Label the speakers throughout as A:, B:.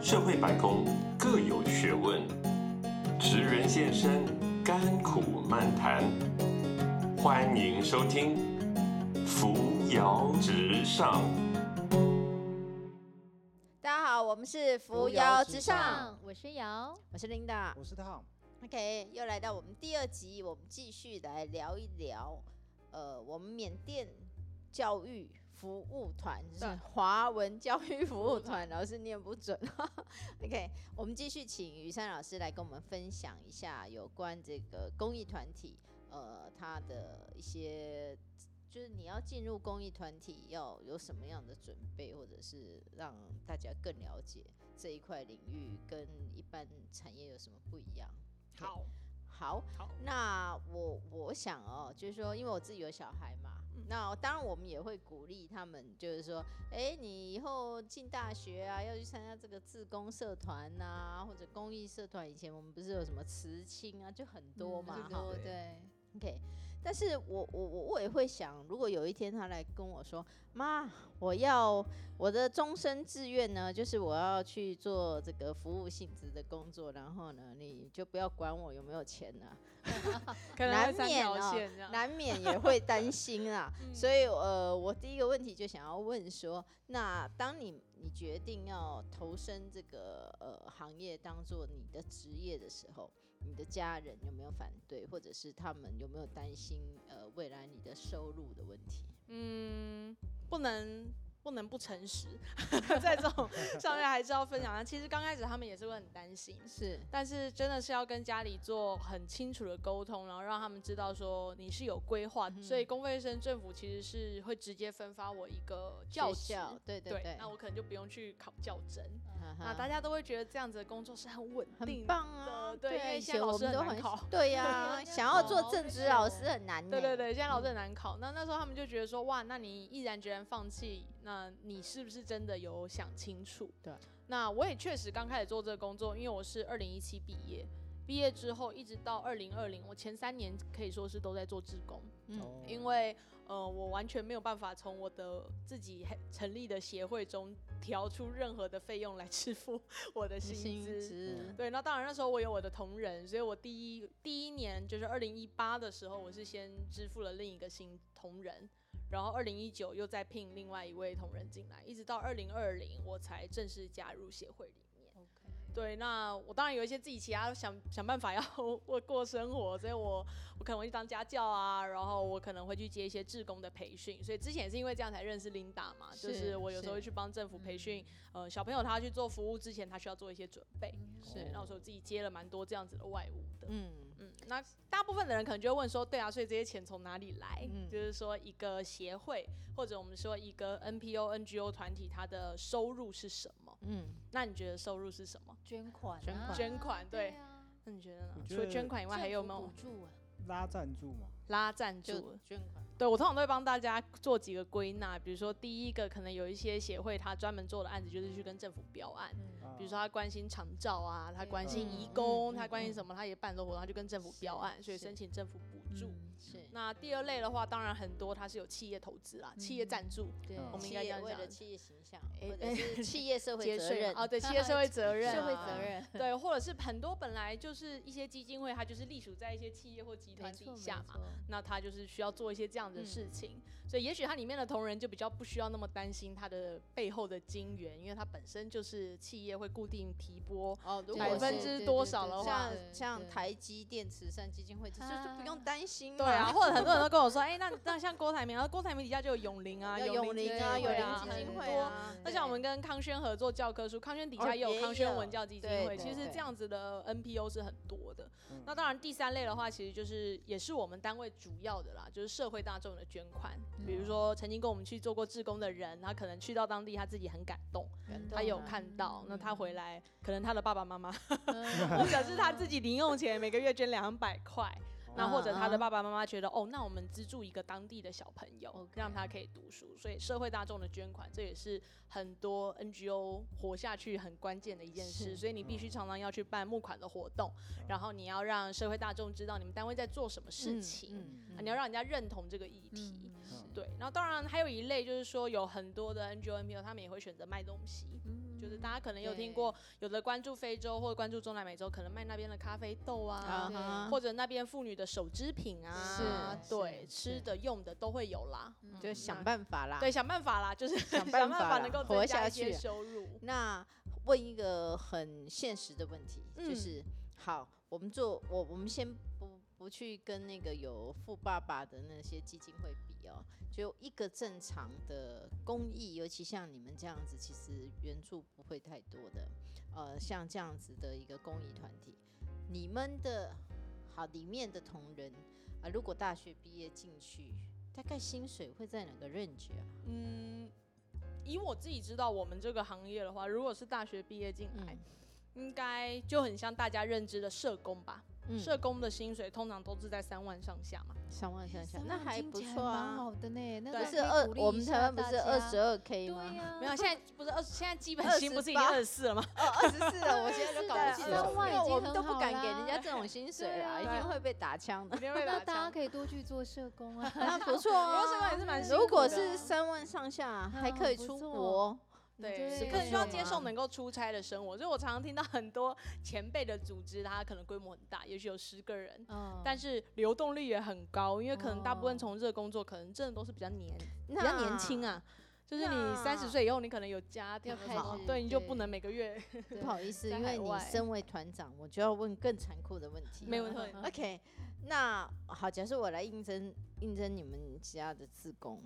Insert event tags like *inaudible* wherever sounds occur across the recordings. A: 社会百工各有学问，职人现身，甘苦漫谈。欢迎收听《扶摇直上》。
B: 大家好，我们是扶摇直上，，
C: 我是瑶。
B: 我是 Linda。
D: 我是 Tom，
B: OK，又来到我们第二集，我们继续来聊一聊，呃，我们缅甸教育服务团，就是
C: 对
B: 华文教育服务团，老师念不准。OK，我们继续请于山老师来跟我们分享一下有关这个公益团体，呃，它的一些。就是你要进入公益团体，要有什么样的准备，或者是让大家更了解这一块领域跟一般产业有什么不一样？
C: 好，
B: 好，
C: 好
B: 那我我想哦，就是说，因为我自己有小孩嘛，
C: 嗯
B: 那当然我们也会鼓励他们，就是说，哎、你以后进大学啊，要去参加这个志工社团呐、或者公益社团。以前我们不是有什么慈青啊，就很多嘛，
C: 蛮
B: 哈、
C: 嗯多
D: 对
C: 对，
B: OK，但是我我我我也会想，如果有一天他来跟我说，妈，我要我的终身志愿呢，就是我要去做这个服务性质的工作，然后呢，你就不要管我有没有钱
C: *laughs*
B: 了、
C: 可
B: 难
C: 还三
B: 免
C: 条
B: 哦
C: 线这样。
B: 难免也会担心
C: *laughs*
B: 啊。
C: 嗯
B: 所以呃，我第一个问题就想要问说，那当你你决定要投身这个呃行业当做你的职业的时候，你的家人有没有反对，或者是他们有没有担心呃未来你的收入的问题？
C: 嗯，不能不能不诚实， *laughs* 在这种上面还是要分享的。其实刚开始他们也是会很担心，
B: 是
C: 但是真的是要跟家里做很清楚的沟通，然后让他们知道说你是有规划的。所以公费生政府其实是会直接分发我一个教
B: 学
C: 职，
B: 校，对对
C: 对
B: 对，
C: 那我可能就不用去考教甄。
B: 啊
C: 那大家都会觉得这样子的工作是很稳定
B: 很
C: 的，
B: 棒啊，
C: 对因为
B: 以
C: 现
B: 前
C: 在老
B: 我
C: 师
B: 们
C: 很
B: 都
C: 难
B: 很
C: 考
B: 对呀、
C: 对很难
B: 想要
C: 考
B: 做正
C: 而
B: 职
C: 且
B: 老师很难呢，
C: 对对对，现在老师很难考。那那时候他们就觉得说，哇，那你毅然决然放弃，那你是不是真的有想清楚？
B: 对。
C: 那我也确实刚开始做这个工作，因为我是二零一七毕业，毕业之后一直到二零二零，我前三年可以说是都在做志工，
B: 嗯，
C: 因为呃，我完全没有办法从我的自己成立的协会中调出任何的费用来支付 *laughs* 我的薪
B: 薪
C: 资。
B: 资
C: 对，那当然那时候我有我的同仁，所以我第一第一年就是二零一八的时候，我是先支付了另一个新同仁，然后二零一九又再聘另外一位同仁进来，一直到二零二零我才正式加入协会里面。对，那我当然有一些自己其他想想办法要 *laughs* 过过生活，所以我我可能会去当家教啊，然后我可能会去接一些志工的培训，所以之前也是因为这样才认识 Linda 嘛，就是是我有时候
B: 是
C: 会去帮政府培训，呃，小朋友他去做服务之前，他需要做一些准备，
B: 是
C: 那我说我自己接了蛮多这样子的外务的。
B: 嗯
C: 嗯，那大部分的人可能就会问说，对啊，所以这些钱从哪里来？
B: 嗯
C: 就是说一个协会或者我们说一个 NPO、NGO 团体，它的收入是什么？
B: 嗯，
C: 那你觉得收入是什么？
E: 捐款、啊，
B: 捐款
C: 捐款对
E: 啊，
C: 那你觉得呢
D: 我？觉
C: 除了
D: 得
C: 捐款以外，还有没
E: 政
C: 有
E: 府补助啊？
D: 拉赞助嘛，
C: 拉赞
B: 就
C: 助？
B: 捐款。
C: 对我通常都会帮大家做几个归纳，比如说第一个，可能有一些协会它专门做的案子就是去跟政府标案。
E: 嗯，
D: 啊
C: 比如说他关心长照啊，他关心
B: 嗯
C: 移
B: 嗯嗯
C: 工，他关
B: 嗯
C: 心什么，他也办很多活动，他就跟政府标案，所以
B: 是嗯
C: 申请政府补助。
B: 是，
C: 那第二类的话，当然很多它是有企业投资
B: 嗯
C: 啦，企业赞助、
B: 对
D: 嗯
C: 我们
B: 企
C: 应该这
B: 业
C: 样
B: 为了
C: 讲
B: 企业形象，
C: 哎
B: 或者是企业社会
C: 节
B: 责
C: 税
B: 任
C: 嘛，哦，
B: *laughs*
C: 对，企业社会责任、啊
B: 社会责。任，啊
C: 对，或者是很多本来就是一些基金会，它就是隶属在一些企业或集团
E: 没
C: 底
E: 错
C: 下
E: 没
C: 嘛，
E: 错，
C: 那它就是需要做一些这样的事
B: 嗯
C: 情，所以也许它里面的同仁就比较不需要那么担心它的背后的金源，因为它本身就是企业会固定提拨
B: 哦，如
E: 对
B: 果
C: 百
B: 是
C: 分
E: 对
C: 之
E: 对
C: 多
E: 对
C: 少
E: 对
C: 的话，
E: 对
B: 像像台积电慈善基金会，这就是不用担心
C: *laughs* 对啊，，或者很多人都跟我说，哎、那那像郭台铭，然后郭台铭底下就有永
B: *laughs*
C: 龄啊，
B: 要永
C: 龄
B: 龄啊，
C: 基金
B: 永
C: 会
B: 龄
C: 啊
B: 基
C: 很
B: 金
C: 多
B: 会啊，
C: 那
B: 对
C: 像我们跟康轩合作教科书，康轩底
B: 哦
C: 下也有
B: 也
C: 康轩
B: 有
C: 文教基金
B: 对
C: 会，
B: 对
C: 其实
B: 对
C: 这样子的 NPO 是很多的。
D: 嗯
C: 那当然，第三类的话，其实就是也是我们单位主要的啦，就是社会大众的捐款。比如说，曾经跟我们去做过志工的人，他可能去到当地，他自己很感动，
B: 感动
C: 他有
B: 啊
C: 看到，那他回来，可能他的爸爸妈妈，
E: 嗯
C: *laughs* 或者是他自己零用钱，每个月捐两百块。那或者他的爸爸妈妈觉得，哦，那我们资助一个当地的小朋友
E: OK，
C: 让他可以读书，所以社会大众的捐款，这也是很多 NGO 活下去很关键的一件事。
B: 是
C: 所以你必须常常要去办募款的活动，然后你要让社会大众知道你们单位在做什么事情，
B: 嗯
C: 啊你要让人家认同这个议题。
D: 嗯
E: 嗯
C: 对，然后当然还有一类就是说，有很多的 NGO、NPO 他们也会选择卖东西，就是
B: 嗯
C: 大家可能有听
D: 对
C: 过，有的关注非洲或者关注中南美洲，可能卖那边的咖啡豆啊，
B: 啊
C: 或者那边妇女的手织品啊，
D: 是
C: 对，
D: 是
C: 吃
D: 是
C: 的用的都会有啦。嗯
B: 就想
C: 那
B: 办法啦。
C: 对，想办法啦，就是 *laughs* 想
B: 啊办
C: 办
B: 法啦
C: 法能够
B: 活
C: 增加
B: 下
C: 一些
B: 去
C: 收入。
B: 那问一个很现实的问题，就
C: 嗯
B: 是好，我们做我我们先不不去跟那个有富爸爸的那些基金会比哦，就一个正常的公益，尤其像你们这样子，其实援助不会太多的，呃，像这样子的一个公益团体，你们的好里面的同仁啊、如果大学毕业进去，大概薪水会在哪个 range 啊？
C: 嗯，以我自己知道我们这个行业的话，如果是大学毕业进
B: 哎嗯
C: 来，应该就很像大家认知的社工吧。
B: 嗯，
C: 社工的薪水通常都是在三万上下嘛。
B: 三万三千，
D: 三
B: 那
D: 万
B: 还
D: 听
B: 不
D: 起来
B: 错
D: 蛮
B: 啊。
D: 好的呢。那
C: 对
B: 不
C: 还
B: 是二，我们台湾不是二十
D: 二，
B: 二 k
D: 对
B: 吗？
D: 呀，
C: *laughs* 没有，现在不是二十，现在基本
B: 28
C: 薪不是已经二十 *laughs* 四了吗？
B: 哦，二十四了，我现在都搞不清
C: 是的
B: 楚，
C: 三万
B: 因为
D: 已经
B: 我们都
D: 很
B: 不
D: 好
B: 敢给
D: 啦
B: 人家这种薪水
D: 对
B: 啦，
D: 啊
B: 一定会被打枪的。
D: 那大家可以多去做社工啊。
B: *laughs* 那不错啊
C: 不过社工也是哦蛮辛
B: 如果
C: 苦的
B: 是
C: 啊
B: 三万上下，还可以
D: 嗯不
B: 出
D: 错
B: 国，
C: 对，
D: 对
C: 可能就要
D: 是
C: 接
B: 啊
C: 受能够出差的生活。所以我常常听到很多前辈的组织，它可能规模很大，也许有十个人，
D: 嗯
C: 但是流动率也很高，因为可能大部分
D: 哦
C: 从事的工作，可能真的都是比较年比
B: 比
C: 较年轻。啊。就是你
B: 那
C: 三十岁以后，你可能有家庭
D: 要
C: 了
D: 开
C: 什么
D: 始
C: 对，你就
D: 对
C: 不能每个月
D: 对
B: 不好意思，啊
C: 在
B: 因为
C: 海
B: 你
C: 外
B: 身为团长，我就要问更残酷的问题。
C: 没
B: *laughs*
C: 问题
B: OK，那好，假设我来应征应征你们家的自工，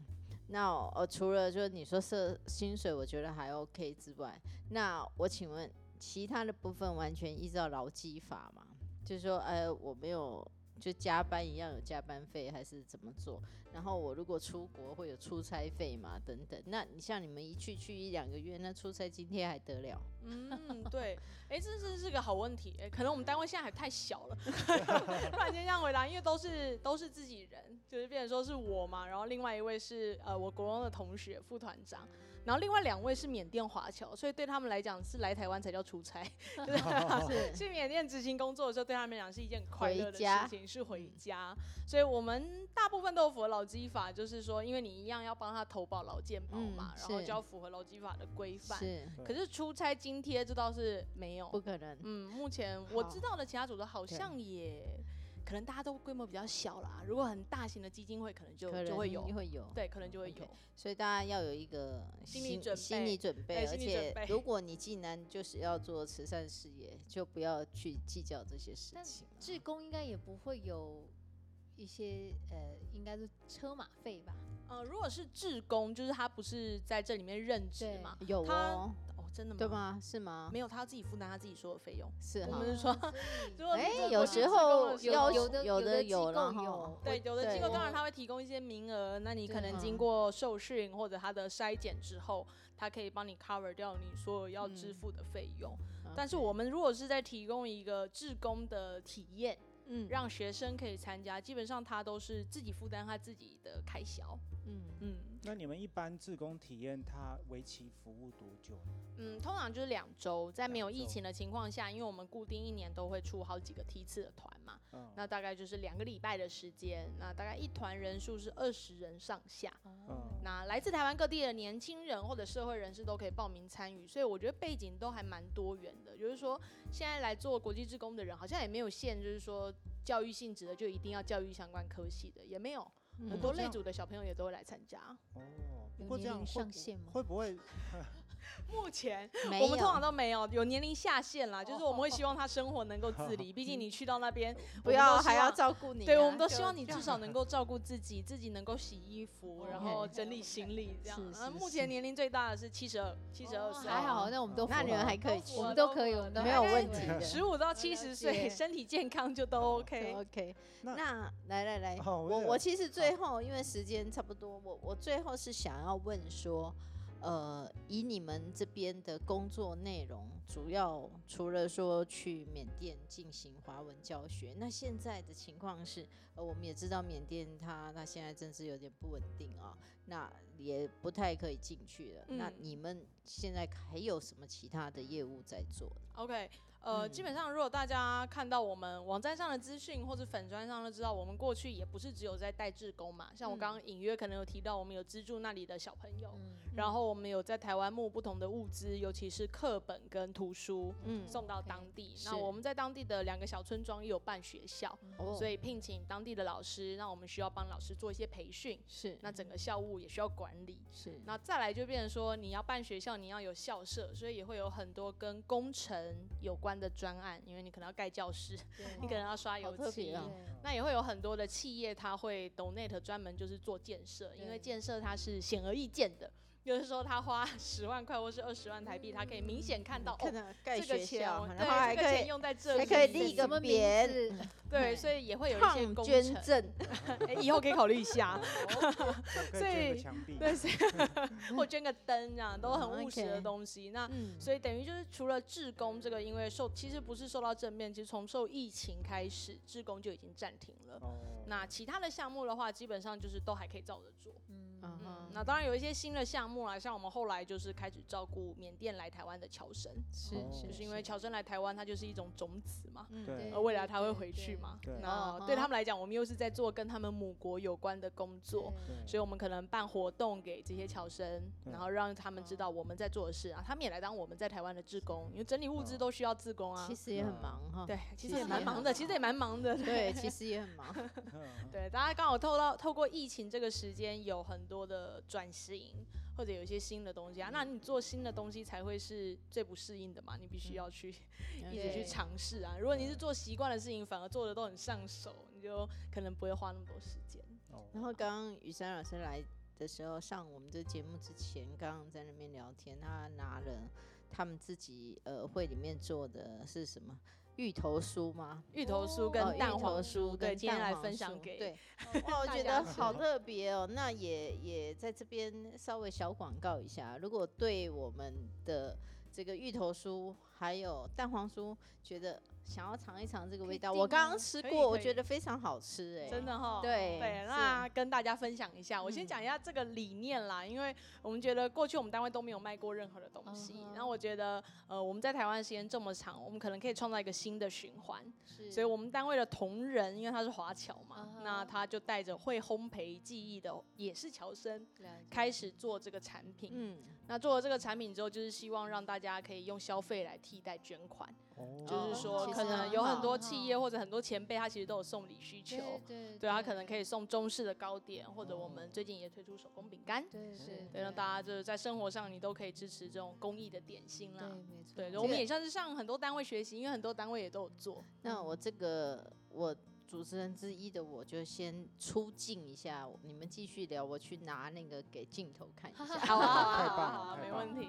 B: 那呃除了就是你说社薪水我觉得还 OK 之外，那我请问其他的部分完全依照劳基法吗？就是说，呃，我没有就加班一样有加班费，还是怎么做？然后我如果出国会有出差费嘛，等等。那你像你们一去去一两个月，那出差津贴还得了？
C: 嗯，对，哎，这真是个好问题。哎，可能我们单位现在还太小了， *laughs* 突然间这样回答，因为都是都是自己人，就是变成说是我嘛，然后另外一位是呃我国中的同学副团长，
B: 嗯
C: 然后另外两位是缅甸华侨，所以对他们来讲是来台湾才叫
B: *laughs*
C: 出差，
B: 是
C: 去缅甸执行工作的时候，对他们来讲是一件很快乐
B: 回
C: 的
B: 家
C: 事情，是回
B: 嗯
C: 家。所以我们大部分都有符合劳基法，就是说，因为你一样要帮他投保劳健保
B: 嗯
C: 嘛，然后
B: 是
C: 就要符合劳基法的规范。
B: 是，
C: 可是出差津贴这倒是没有，
B: 不可能。
C: 嗯，目前我
B: 好
C: 知道的其他组织好
B: 对
C: 像也，可能大家都规模比较小啦。如果很大型的基金会，可能就
B: 可能
C: 就会有，
B: 会有，
C: 对，可能就会
B: OK
C: 有。
B: 所以大家要有一个
C: 心理准
B: 心理准备，
C: 对
B: 而
C: 心理准
B: 且
C: 备
B: 如果你既然就是要做慈善事业，就不要去计较这些事
D: 但
B: 情了。
D: 志工应该也不会有一些呃，应该是车马费吧？
C: 呃，如果是志工，就是他不是在这里面任职
D: 对
C: 嘛？
B: 有
C: 他
B: 哦，
C: 哦，真的吗？
B: 对？吗？是吗？
C: 没有，他要自己负担他自己所有费用。
B: 是
C: 我
B: 哈。
C: 们
D: 啊
C: 说
D: 所以
C: 如
B: *laughs*
C: 果
B: 哎
C: 你真的
B: 有
C: 不是
B: 时
C: 志工
B: 候
C: 的时
B: 要
C: 候
D: 有的
B: 有的
D: 的机
B: 有了
D: 构
B: 哈
D: 有，
C: 对，有的机构
B: 对
C: 当然他会提供一些名额，那你可
D: 对
C: 能经
B: 嗯
C: 过受训或者他的筛检之后，他可以帮你 cover 掉你所有要支
B: 嗯
C: 付的费用。
B: OK
C: 但是我们如果是在提供一个志工的体验，
B: 嗯
C: 让学生可以参加，基本上他都是自己负担他自己的开销。
B: 嗯，
C: 嗯
E: 那你们一般志工体验它为期服务多久呢？
C: 嗯，通常就是两周，在没有
E: 两
C: 疫
E: 周
C: 情的情况下，因为我们固定一年都会出好几个梯次的团嘛，
E: 嗯，
C: 那大概就是两个礼拜的时间，那大概一团人数是二十人上下。
E: 嗯
D: 哦
C: 那来自台湾各地的年轻人或者社会人士都可以报名参与，所以我觉得背景都还蛮多元的。就是说，现在来做国际志工的人，好像也没有限，就是说教育性质的就一定要教育相关科系的，也没有
B: 嗯
C: 很多
E: 这
C: 类
E: 样
C: 组的小朋友也都会来参加。
E: 哦，不
D: 有
E: 过这
D: 年
E: 样
D: 龄
E: 会
D: 上
E: 不
D: 限吗
E: 会不会
C: 目前哦
B: 没
C: 我们通
B: 有
C: 常都没有有年龄下限啦，就是我们会希望他生活能够自 *laughs* 理，毕竟你去到那边，
B: 不要
C: 我们都希
B: 还要
C: 望
B: 照顾你啊。
C: 对，我们都
B: 就
C: 希望你至少能够照顾自己，自己能够洗衣服，然后
B: OK
C: 整理行李这样
B: 是。
C: 那
B: 是
C: 目前年龄最大的是七十二，七十二
D: 哦
C: 岁，
D: 还好，那我们都
B: 那
D: 符
B: 你们
D: 合
B: 还可以
C: 都
B: 去
C: 符
D: 我
C: 合
D: 们都可以，啊我们都
B: 没有
D: 还可
B: 问
D: 以
B: 题的
C: 十五到七
D: 了
C: 十岁，
D: 解
C: 身体健康就都 OK。
B: *laughs* OK。
E: 那
B: 那来来来，
E: 哦
B: 哎我
E: 我
C: 啊
B: 我
E: 也
B: 其实最后因为时间差不多，我我最后是想要问说，呃，以你们这边的工作内容，主要除了说去缅甸进行华文教学，那现在的情况是，呃，我们也知道缅甸它它现在政治有点不稳定啊、那也不太可以进去了。那
C: 嗯
B: 你们现在还有什么其他的业务在做呢？
C: OK，呃，
B: 嗯
C: 基本上如果大家看到我们网站上的资讯或者粉砖上都知道，我们过去也不是只有在带志工嘛，像我
B: 嗯
C: 刚刚隐约可能有提到，我们有资助那里的小朋友，
D: 嗯
C: 然后我们有在台湾募不同的物资，尤其是课本跟图书
B: 嗯
C: 送到
D: OK，
C: 当地。
B: 是
C: 那我们在当地的两个小村庄也有办学校，
B: 哦
C: 所以聘请当地的老师，那我们需要帮老师做一些培训，
B: 是
C: 那整个校务也需要管理。
B: 是
C: 那再来就变成说，你要办学校，你要有校舍，所以也会有很多跟工程有关的专案，因为你可能要盖教室，你可能要刷
B: 好
C: 油
B: 特
C: 漆
B: 别。哦
D: 嗯
C: 那也会有很多的企业，它会 donate 专门就是做建设，因为
D: 对
C: 建设它是显而易见的，有的时候他花十万块或是二十万台币，他可以明显看到、
B: 看
C: 哦，
B: 到盖
C: 这个
B: 学
C: 钱
B: 校
C: 哦，，
B: 然后还
C: 对，这个
B: 可
C: 钱
B: 以
C: 用在这里，
B: 还可以立一个
D: 什么名
B: 别
D: 字？
C: 对，所以也会有一些
B: 抗
C: 工
B: 捐
C: 程，
B: 赠，
C: 哎 *laughs* 以后可以考虑
B: *laughs*
C: 一下。
E: 可以
C: 所
E: 捐
C: 以
E: 个墙壁，
C: 对，所以或捐个灯这样，都很务实的
B: 哦 OK
C: 东西。那
B: 嗯，
C: 所以等于就是除了志工这个，因为受其实不是受到正面，其实从受疫情开始，志工就已经暂停了。
E: 哦，
C: 那其他的项目的话，基本上就是都还可以照着做。
D: 嗯
B: 嗯
C: 嗯
B: 哼，
C: 那当然有一些新的项目啦，像我们后来就是开始照顾缅甸来台湾的侨生，
B: 是
E: 哦
B: 是
C: 就是因为侨生来台湾，它就是一种种子嘛，
B: 嗯
E: 对
C: 而未来他会回去嘛。
E: 对
C: 那
D: 哦
B: 嗯
C: 哦对他
B: 哼
C: 们来讲，我们又是在做跟他们母国有关的工作，
E: 对
C: 所以我们可能办活动给这些侨生，
E: 对
C: 然后让他们知
B: 哦
C: 道我们在做的事啊，他们也来当我们在台湾的志工，因为整理物资都需要志工啊
B: 其。实也很忙哈，
C: 对，
B: 其
C: 其实
B: 实
C: 也蛮
B: 也
C: 忙
B: 很
C: 的，其实
B: 忙嗯
C: 也蛮忙的。
B: 对，其实也很 *laughs* 忙，
E: 嗯
C: *laughs* 对，大家刚好透到透过疫情这个时间，有很多的转型，或者有一些新的东西啊。那你做新的东西才会是最不适应的嘛，你必须要去、一直去
B: 对
C: 尝试啊。如果你是做习惯的事情，反而做的都很上手，你就可能不会花那么多时间。
E: 哦
B: 然后刚刚雨珊老师来的时候，上我们这节目之前，刚刚在那边聊天，他拿了他们自己呃会里面做的是什么芋头酥吗？
C: 芋头酥
B: 哦
C: 跟
B: 芋
C: 蛋
B: 头
C: 黄
B: 酥
C: 对，
B: 跟
C: 今天
B: 蛋
C: 来
B: 黄
C: 分
B: 酥
C: 享给
B: 对，哇，我
C: *laughs* 大
B: 觉
C: 家
B: 得
C: 吃
B: 好特别哦。那也也在这边稍微小广告一下，如果对我们的这个芋头酥还有蛋黄酥觉得想要尝一尝这个
D: 可
B: 味
D: 以
B: 道，我
D: 订
B: 刚
D: 吗
B: 刚吃
C: 啊可以
B: 过，我
C: 可
B: 觉
C: 以
B: 得非常好吃哎、
C: 真的哈、
B: 对
C: 对，
B: 是
C: 那跟大家分享一下，我先
B: 嗯
C: 讲一下这个理念啦，因为我们觉得过去我们单位都没有卖过任何的东西，
D: 嗯哼
C: 然后我觉得呃我们在台湾的时间这么长，我们可能可以创造一个新的循环，
D: 是
C: 所以我们单位的同仁，因为他是华侨嘛
D: 嗯哼
C: 那他就带着会烘焙技艺的也是侨生，
D: 了解
C: 开始做这个产品。
B: 嗯，
C: 那做了这个产品之后，就是希望让大家可以用消费来替代捐款，
E: 哦
C: 就是说
B: 其
C: 可
B: 实
C: 能
B: 很
C: 有
B: 好
C: 很多
D: 很
C: 企
D: 好
C: 业或者很多前辈，他其实都有送礼需求。
D: 对对
C: 对他可能可
D: 以
C: 以送中式的糕点，或者我们
E: 哦
C: 最近也推出手工饼干，
D: 对对
C: 对，让大家就是在生活上你都可以支持这种公益的点心
D: 对
C: 啦。
D: 没错
C: 对，
D: 这
C: 我
D: 个
C: 们也像是向很多单位学习，因为很多单位也都有做。
B: 那我这个我主持人之一的我就先出镜一下，你们继续聊，我去拿那个给镜头看一下。
C: *laughs* 好啊，好啊，
E: 太
C: 好啊
E: 棒了
C: 好啊，
E: 太
C: 没
E: 棒
C: 问
E: 了
C: 题。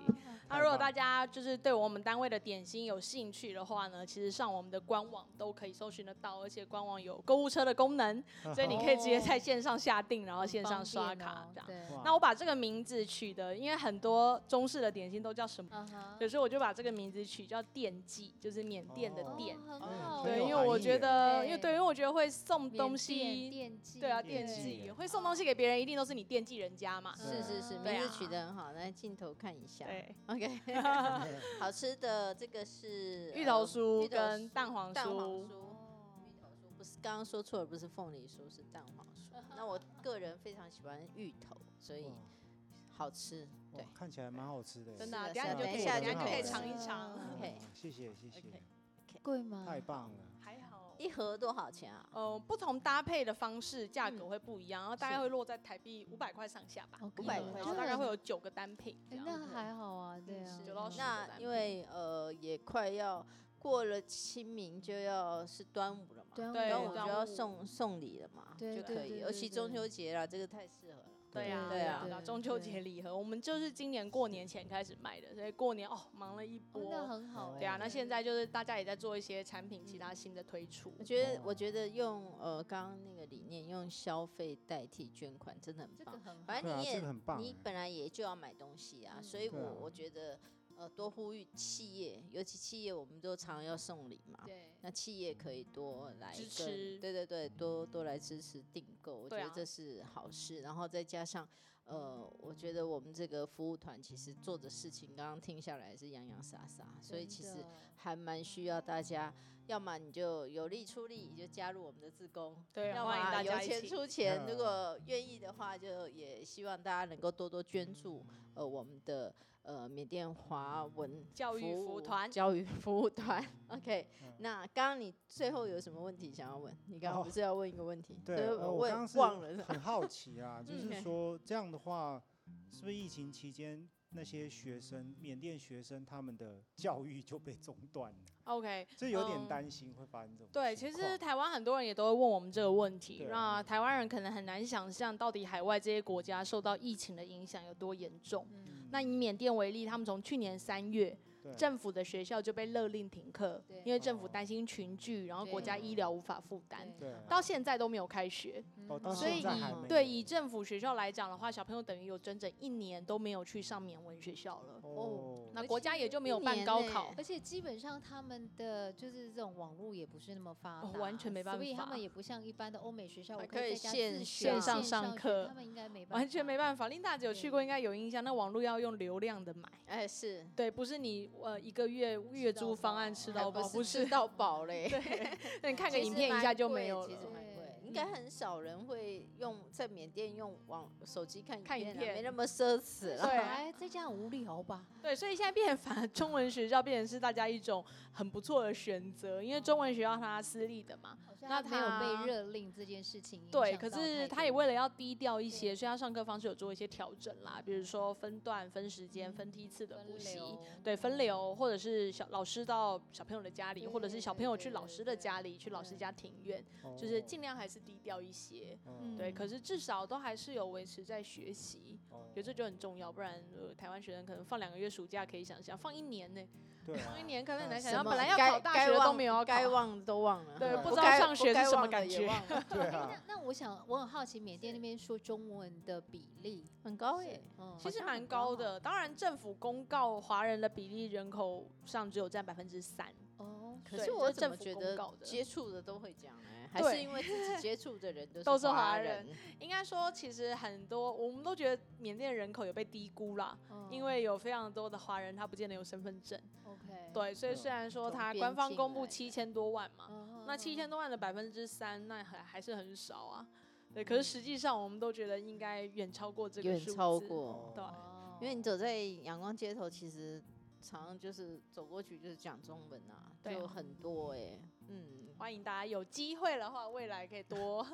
C: 那如果大家就是对我们单位的点心有兴趣的话呢，其实上我们的官网都可以搜寻得到，而且官网有购物车的功能，所以你可以直接在线上下订，然后线上刷
D: 哦
C: 卡这样。
D: 样
C: 那我把这个名字取的，因为很多中式的点心都叫什么？
D: 啊哈
C: 有时候我就把这个名字取叫“惦记”，就是缅甸的
E: 哦
C: “甸
D: 哦很
E: 嗯
D: 好
E: 很
C: 对，
E: 有
C: 因
E: 含
C: 为我
E: 义
C: 觉
E: 耶
C: 得，因为
D: 对
C: 对，因为我觉得会送
D: 缅
C: 东
D: 甸
C: 西，
D: 惦记
C: 对啊，惦
E: 惦
C: 记
E: 记
C: 会送东西给别人，一定都是你惦记人家嘛。
B: 是是是，
C: 对
B: 名字
C: 啊
B: 取得很好，来镜头看一下。
C: 对，
B: OK，好
C: *laughs*
E: 哦
B: 吃的这个是
C: 芋头
B: 呃
C: 酥
B: 芋头酥
C: 跟蛋黄
B: 蛋黄
C: 酥
B: 酥。芋头酥不是刚刚说错了，不是凤梨酥，是蛋黄酥。那我个人非常喜欢芋头，所以好吃。
E: 哇
B: 对，
E: 看起来蛮好吃的耶，
C: 真
B: 是
C: 的啊，
B: 的
C: 等一下
E: 是
C: 你
E: 的
C: 就可以，等
E: 等一
C: 一
E: 下
C: 下
E: 就
C: 可以
E: 好
C: 尝一
D: 吃
C: 尝
D: 嗯。
B: OK
E: 哦谢谢谢谢，
D: 贵吗？
E: 太棒了，
C: *laughs* 还好，
B: 一盒多少钱啊？
C: 呃，不同搭配的方式价格会不一样，然后大概会落在台币五百块上下吧，
E: 哦
D: OK
B: 500
C: 然
B: 块
C: 后大概
D: 真的
C: 会有九个单品这
D: 哎
C: 样
D: 那
C: 子。
D: 还好啊，对啊
C: 是，九到十
B: 那
C: 单
B: 因
C: 品
B: 为呃也快要过了清明，就要是端午了嘛，
D: 对啊
C: 对
B: 端午就
C: 端
B: 要
C: 午
B: 送送礼了嘛，
D: 对
B: 就
D: 对
B: 可以。
D: 对
B: 尤
D: 对
B: 其
D: 对
B: 中秋节啦，这个太适合了。
C: 对呀、
D: 对
C: 对呀、
D: 对
C: 啊，中秋节
D: 对
C: 礼盒，我们就是今年过年前开始卖的，所以过年哦忙了一
D: 哦那
C: 波。
D: 很好哎。
C: 对啊，那现在就是大家也在做一些产品，其他新的推出
B: 我。觉得，我
E: 哦
B: 觉得用呃刚刚那个理念，用消费代替捐款，真的很
D: 这个
B: 棒。
D: 很好，
B: 反
E: 对
B: 正
E: 啊
B: 你也
E: 这个很棒
B: 你
E: 哎
B: 本来也就要买东西啊，
D: 嗯
B: 所以我
E: 对啊
B: 我觉得呃多呼吁企业，尤其企业我们都常要送礼嘛，
C: 嗯
D: 对，
B: 那企业可以多来
C: 支
B: 跟
C: 持
B: 对对对，多多来支持订购，我觉
C: 对
B: 得
C: 啊
B: 这是好事。然后再加上呃，我觉得我们这个服务团其实做的事情，刚刚听下来是洋洋洒洒，所以
D: 真
B: 其
D: 的
B: 实还蛮需要大家，要么你就有力出力，就加入我们的自工，
C: 对
B: 要
C: 欢迎
B: 么
C: 大
B: 啊有
C: 家一
B: 钱
C: 起
B: 出钱，如
E: 嗯
B: 果愿意的话，就也希望大家能够多多捐助呃我们的呃缅甸华文
C: 教育服务团
B: 教育服务团。OK，、
E: 嗯
B: 那刚刚你最后有什么问题想要问？你刚刚
E: 哦
B: 不是要问一个问题？
E: 对
B: 所以
E: 呃我
B: 问
E: 刚刚是
B: 忘了是吧。
E: 很好奇啊，就
B: 嗯
E: 是说这样的话，是不是疫情期间那些学生，缅甸学生他们的教育就被中断了？
C: *laughs* OK，
E: 这有点
C: 嗯
E: 担心会发生这种情况。
C: 对，其实台湾很多人也都会问我们这个问题。
E: 对
C: 那台湾人可能很难想象，到底海外这些国家受到疫情的影响有多严重。
D: 嗯，
E: 嗯
C: 那以缅甸为例，他们从去年三月，
E: 对
C: 政府的学校就被勒令停课
D: 对，
C: 因为政府
E: 哦
C: 担心群聚，然后国
D: 对
C: 家医疗无法负担，
E: 对
C: 到现在都没有开学。
E: 哦
D: 嗯
E: 到
C: 所以
E: 现在
C: 以
E: 还没
C: 对
E: 有
C: 以政府学校来讲的话，小朋友等于有整整一年都没有去上缅文学校了，
E: 哦，
C: 那国家也就没有
B: 一
C: 办
B: 年
C: 高
B: 呢
C: 考。
D: 而且基本上他们的就是这种网络也不是那么发达，
C: 哦完全没办
D: 所以他
C: 法
D: 们也不像一般的欧美学校，
B: 还
D: 我
B: 可以
D: 以在家
B: 线
D: 自学
B: 上
D: 线上
C: 上
D: 学
C: 课
D: 他们应该没办法，
C: 完全没办法，琳达姐有去过，
D: 对
C: 应该有印象。那网络要用流量的买，
B: 哎，是，
C: 对，不是你呃一个月月租方案吃
B: 哦还
C: 到饱，
B: 不
C: 不
B: 是
C: 是 *laughs*
B: 吃，到饱嘞。
C: 那你看个
B: 其
C: 影
B: 实
C: 片一
B: 蛮
C: 下就
B: 贵
C: 没有
B: 其实
C: 了。
B: 蛮贵，
D: 对
B: 应该很少人会用在缅甸用网手机看
C: 看影
B: 影片啊，
C: 片
B: 没那么奢侈
C: 对
B: 了。
D: 哎，在家很无聊吧？
C: 对，所以现在变反而中文学校变成是大家一种很不错的选择，因为中文学校它私立的嘛，
D: 好像
C: 那
D: 没有
C: 他
D: 被热令这件事情影
C: 对，
D: 响
C: 可
D: 到
C: 是
D: 太
C: 他也
D: 多
C: 为了要低调一
D: 对
C: 些，所以他上课方式有做一些调整啦，比如说分段、分时
B: 嗯
C: 间、分梯次的补
D: 分
C: 习。
D: 流，
C: 对，分流，或者是小老师到小朋友的家里，或者是
D: 对
C: 小
D: 对
C: 朋友
D: 对
C: 去老
D: 对
C: 师的
D: 对
C: 家里，去老师
D: 对
C: 家庭院，
E: 哦
C: 就是尽量还是低调一些。
E: 嗯
C: 对，可是至少都还是有维持在学习，
E: 哦
C: 我觉得这就很重要，不然呃，台湾学生可能放两个月暑假可以想象，放一年呢、
E: 对啊
C: 放一年可能很难想
B: 什
C: 象，
B: 么
C: 本来要
B: 该
C: 考大
B: 该
C: 学的都
B: 忘
C: 没有要
B: 该
C: 考，啊
B: 忘的都忘了， *laughs*
C: 对
E: 不知
C: 道
B: 该
C: 上学
B: 不
C: 是
B: 该
C: 什么
B: 忘的
C: 感
B: 也
C: 觉 *laughs*
B: 忘了 *laughs*
E: 对
D: 哎
E: 啊
C: 哎
D: 那，那我想我很好奇，缅甸那边说中文的比例，
B: 很高耶。
D: 嗯，
C: 其实
B: 像
C: 蛮
B: 很
C: 高
B: 高
C: 的。当然，政府公告华人的比例人口上只有占百分之三，
D: 哦，
B: 可
C: 对
B: 是
C: 这
B: 我
C: 是
B: 怎
C: 政
B: 么
C: 府
B: 觉
C: 公
B: 得
C: 告的
B: 接触的都会讲呢？还是
C: 对
B: 因为自己接触的
C: *laughs*
B: 人都
C: 都
B: 是
C: 是华
B: 人？
C: 应该说其实很多我们都觉得缅甸人口有被低估啦，因
B: 嗯
D: 哦
C: 为有非常多的华人他不见得有身份证，
D: OK，
C: 对，所以
E: 嗯
C: 虽然说
B: 从
C: 他
B: 边
C: 官方
B: 境
C: 公布
B: 来嗯
C: 七千多万嘛，
D: 哦，
C: 那七千多万的百分之三，那还还是很少啊。对，可是实际上我们都觉得应该远超过这个
B: 嗯远
C: 数
B: 超
C: 字。
B: 过，
C: 对
D: 哦，
B: 因为你走在阳光街头，其实常常就是走过去就是讲中文啊，
C: 对啊
B: 就很多哎。嗯，
C: 欢迎大家有机会的话，未来可以多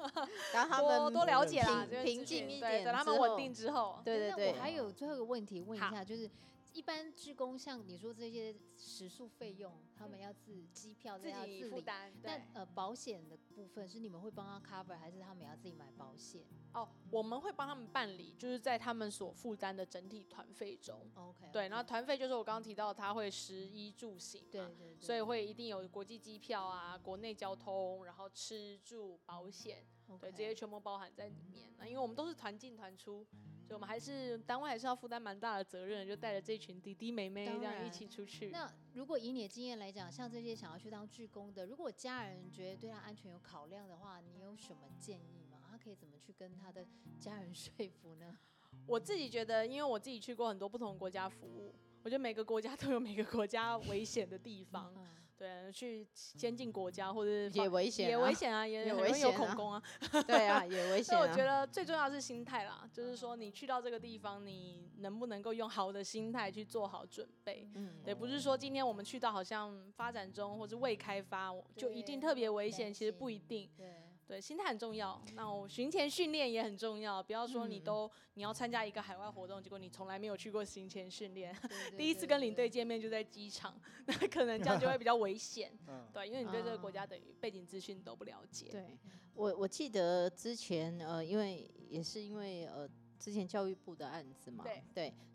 B: 当他
C: 多
B: 们
C: 多了
E: 稳
C: 解啊啦，
B: 定
C: 这边
B: 平
C: 资
B: 静
C: 讯
B: 一
C: 对
B: 点
C: 等他
B: 之
C: 们稳
B: 后
C: 定之后，
B: 对对
D: 那
B: 对
D: 我还有最后一个问题问一
C: 好
D: 下，就是一般职工像你说这些食宿费用，他们要自机票
C: 嗯自
D: 要
C: 己
D: 自
C: 负
D: 理。
C: 担。
D: 那
C: 对
D: 呃，保险的部分是你们会帮他 cover，还是他们也要自己买保险
C: 哦，我们会帮他们办理，就是在他们所负担的整体团费中。
D: ？OK，
C: 对，然后团费就是我刚刚提到，他会食衣住行嘛，
D: 对对对，
C: 所以会一定有国际机票啊、国内交通，然后吃住保险。对，这些
D: OK
C: 全部包含在里面。那因为我们都是团进团出，所以我们还是单位还是要负担蛮大的责任，就带着这群弟弟妹妹
D: 当
C: 这样一
D: 然
C: 起出去。
D: 那如果以你的经验来讲，像这些想要去当志工的，如果家人觉得对他安全有考量的话，你有什么建议吗？他可以怎么去跟他
C: *laughs*
D: 的家人说服呢？
C: 我自己觉得，因为我自己去过很多不同的国家服务，我觉得每个国家都有每个国家危险的地方。
D: 嗯
C: 对，啊去监禁国家或者是
B: 也
C: 防
B: 危险，
C: 也危，险啊，
B: 也
C: 也很
B: 危
C: 容易有
B: 险啊
C: 恐攻啊。
B: 对啊，也
C: *laughs*
B: 危
C: 所
B: 险
C: 以我
B: 啊。
C: 觉得最重要的是心态啦，就是说你去到这个地方，你能不能够用好的心态去做好准备。
B: 嗯，
C: 对，不是说今天我们去到好像发展中或是未开发，我就一定特别危险，
D: 担
C: 其实不一
D: 心
C: 定。
D: 对，
C: 对，心态很重要。那我行前训练也很重要，不要说你
B: 嗯
C: 都、你要参加一个海外活动，结果你从来没有去过行前训练，
D: 对对
C: *laughs* 第一次跟领队
D: 对
C: 见面就在机场， *laughs* 那可能这样就会比较危险。
E: 嗯
C: 对，因为你对这个国
B: 啊
C: 家等于背景资讯都不了解。
B: 对，我我记得之前呃，因为也是因为呃之前教育部的案子嘛，
C: 对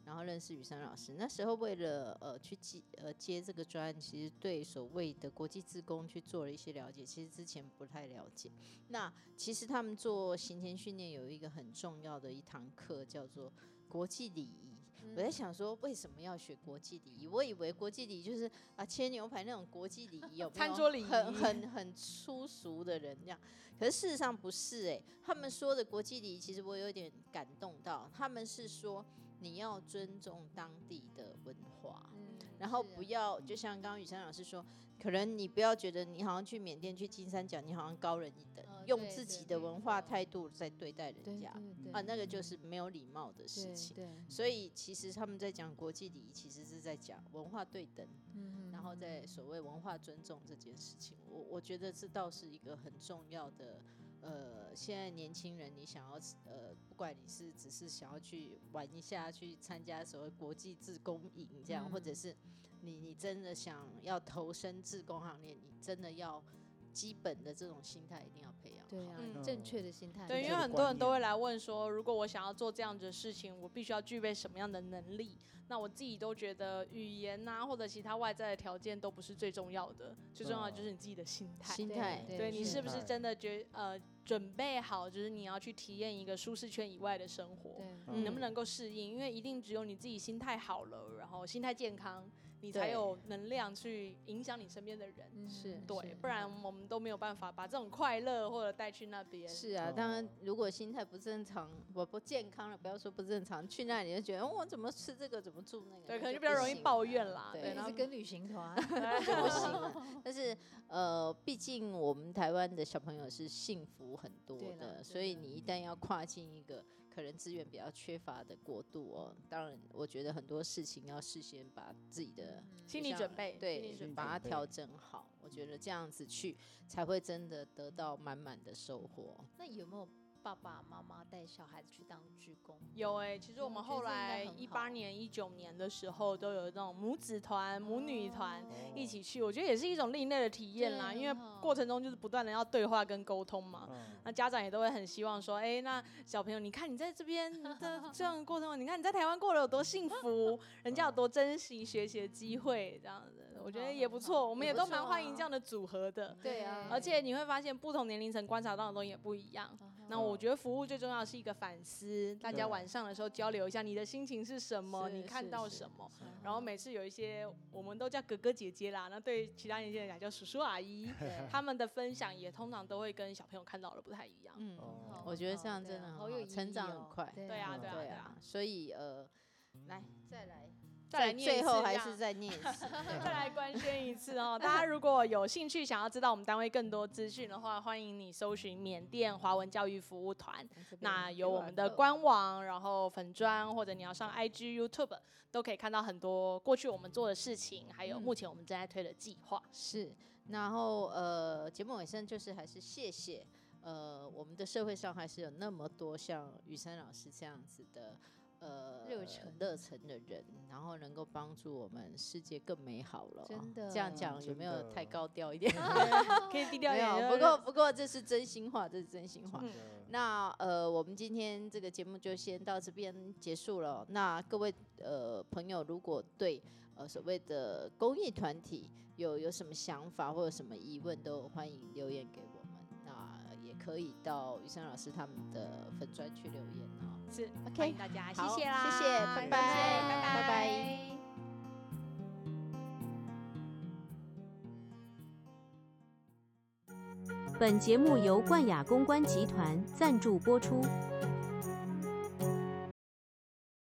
B: 然后认识雨珊老师，那时候为了呃去接呃接这个专案，其实对所谓的国际职工去做了一些了解，其实之前不太了解。那其实他们做行前训练有一个很重要的一堂课叫做国际礼仪。我
C: 嗯
B: 在想说，为什么要学国际礼仪？我以为国际礼仪就是啊切牛排那种国际
C: *laughs*
B: 礼仪，有没有
C: 餐桌礼仪
B: 很很很粗俗的人这样。可是事实上不是哎、他们说的国际礼仪，其实我有点感动到，他们是说你要尊重当地的文化。
C: 嗯，
B: 然后
D: 是啊嗯
B: 不要，就像刚刚雨珊老师说，可能你不要觉得你好像去缅甸、去金三角，你好像高人一等，
D: 呃
B: 用
D: 对
B: 自
D: 对
B: 己
D: 没
B: 的文化
D: 错
B: 态度在对待
D: 对
B: 人
D: 对
B: 家
D: 对
B: 啊，那个就是没有礼貌的事
D: 对
B: 情。
D: 对，
B: 所以其实他们在讲国际礼仪，其实是在讲文化对等，
D: 嗯
B: 然后在所谓文化尊重这件事情，我我觉得这倒是一个很重要的。呃，现在年轻人，你想要呃，不管你是只是想要去玩一下，去参加所谓国际志工营这样，或者
D: 嗯
B: 是你你真的想要投身志工行列，你真的要基本的这种心态一定要培养好。
D: 对啊，
C: 嗯
D: 正确的心态，
C: 对，因为
E: 这个
C: 很
E: 观
C: 多人都
E: 念
C: 会来问说，如果我想要做这样子的事情，我必须要具备什么样的能力？那我自己都觉得语言呐、或者其他外在的条件都不是最重要的，最重要的就是你自己的心态。
B: 心
D: 对
B: 态，
D: 对
C: 对你
E: 是
C: 是不是
E: 态
C: 真的觉呃准备好，就是你要去体验一个舒适圈以外的生活，
D: 对，
C: 你
E: 嗯
C: 能不能够适应？因为一定只有你自己心态好了，然后心态健康，你才
B: 对
C: 有能量去影响你身边的人。
D: 嗯
B: 是
C: 对，不然我们都没有办法把这种快乐或者带去那边。
B: 是啊，当然
E: 哦，
B: 如果心态不正常，我不健康了，不要说不正常，去那里就觉得、哦我怎么吃这个，怎么住那个，
C: 对，可
B: 那
C: 能就比
B: 不
C: 较容易
B: 行
C: 抱
B: 了
C: 怨啦。
B: 对
C: 对，然
D: 一
C: 后
D: 直跟旅行团，啊 *laughs*
B: 就不行
C: *laughs*
B: 了。但是呃，毕竟我们台湾的小朋友是幸福很多
D: 对啦
B: 的，
D: 真
B: 所以
D: 的
C: 嗯
B: 你一旦要跨进一个可能资源比较缺乏的国度哦，当然，我觉得很多事情要事先把自己的
C: 心
B: 就
C: 理
B: 像
C: 准备，心理
B: 对
E: 心
C: 准
E: 理
B: 把它
E: 准备
B: 调整好，我觉得这样子去才会真的得到满满的收获。
D: 那有没有爸爸妈妈带小孩子去当志工？
C: 有哎、其实
D: 嗯
C: 我们
D: 我觉得
C: 后
D: 这应该
C: 来
D: 很
C: 一
D: 好
C: 八年、一九年的时候都有那种母子团、母女团
D: 哦
C: 一起去，我觉得也是一种另类的体验啦。
D: 对
C: 因为
D: 很好
C: 过程中就是不断的要对话跟沟通嘛。
E: 嗯
C: 那家长也都会很希望说，哎、那小朋友，你看你在这边的这样的过程中，你看你在台湾过得有多幸福，人家有多珍惜学习的机会，这样子，我觉得
D: 好
C: 也
D: 很
C: 不
D: 好
C: 错。我们
D: 也
C: 也
D: 不
C: 都
D: 错
C: 蛮欢迎
D: 啊嗯
C: 这样的组合的，
B: 对啊
C: 而且你会发现不同年龄层观察到的东西也不一样。
D: 嗯
C: 那我觉得服务最重要的是一个反思，大家
E: 对
C: 晚上的时候交流一下你的心情是什么，你
B: 是
C: 看
B: 是
C: 到
B: 是
C: 什么。
D: 嗯
B: 是
D: 啊
C: 然 *laughs* 后每次有一些我们都叫哥哥姐姐啦，那对其他年轻人来叫叔叔阿姨，
D: 嗯啊
C: *laughs* 他们的分享也通常都会跟小朋友看到的不太一样。
B: 嗯
E: 哦
B: 我觉得这样
D: 对
B: 真的
D: 啊
B: 很
D: 好有
B: 好成
D: 意义
B: 长很
D: 哦
B: 快
D: 对
C: 对啊，对啊，
B: 对
C: 对
B: 啊
C: 啊。，
B: 所以呃，来
D: 嗯
B: 再来，
D: *laughs*
C: 再来
B: 再
C: 念一
B: 最
C: 次
B: 后
C: 这
B: 还
C: 样
B: 是再念一 *laughs* 次。
C: 再来官宣一次哦。大家如果有兴趣想要知道我们单位更多资讯的话，欢迎你搜寻缅甸华文教育服务团。那有我们的官网，然后粉砖，或者你要上 IG、YouTube，都可以看到很多过去我们做的事情，还有
B: 嗯哦
C: 目前我们正在推的计划。
B: 是，然后呃，节目尾声就是还是谢谢呃，我们的社会上还是有那么多像雨珊老师这样子的。呃，
D: 热忱
B: 热忱的人，然后能够帮助我们世界更美好了。
D: 真的
B: 这样讲有
E: 真
B: 没有
E: 的
B: 太高调一 *laughs* 点？
C: *laughs* 可
D: *laughs*
C: 以低 *laughs* 调一
B: 没有，
C: 点，
B: 不过不过这是真心话，这是真心话。
C: 嗯
B: 那呃，我们今天这个节目就先到这边结束了。哦那各位呃朋友，如果对呃所谓的公益团体有有什么想法或者什么疑问，都欢迎留言给我们。那也可以到雨珊老师他们的粉专去留言哦。
C: 是
B: OK，
C: 欢迎大家，谢
B: 好
C: 谢
B: 谢
C: 啦，
B: 谢拜
C: 谢
B: 拜
C: 拜
B: 拜拜
C: 拜
F: 本节目由冠亚公关集团赞助播出。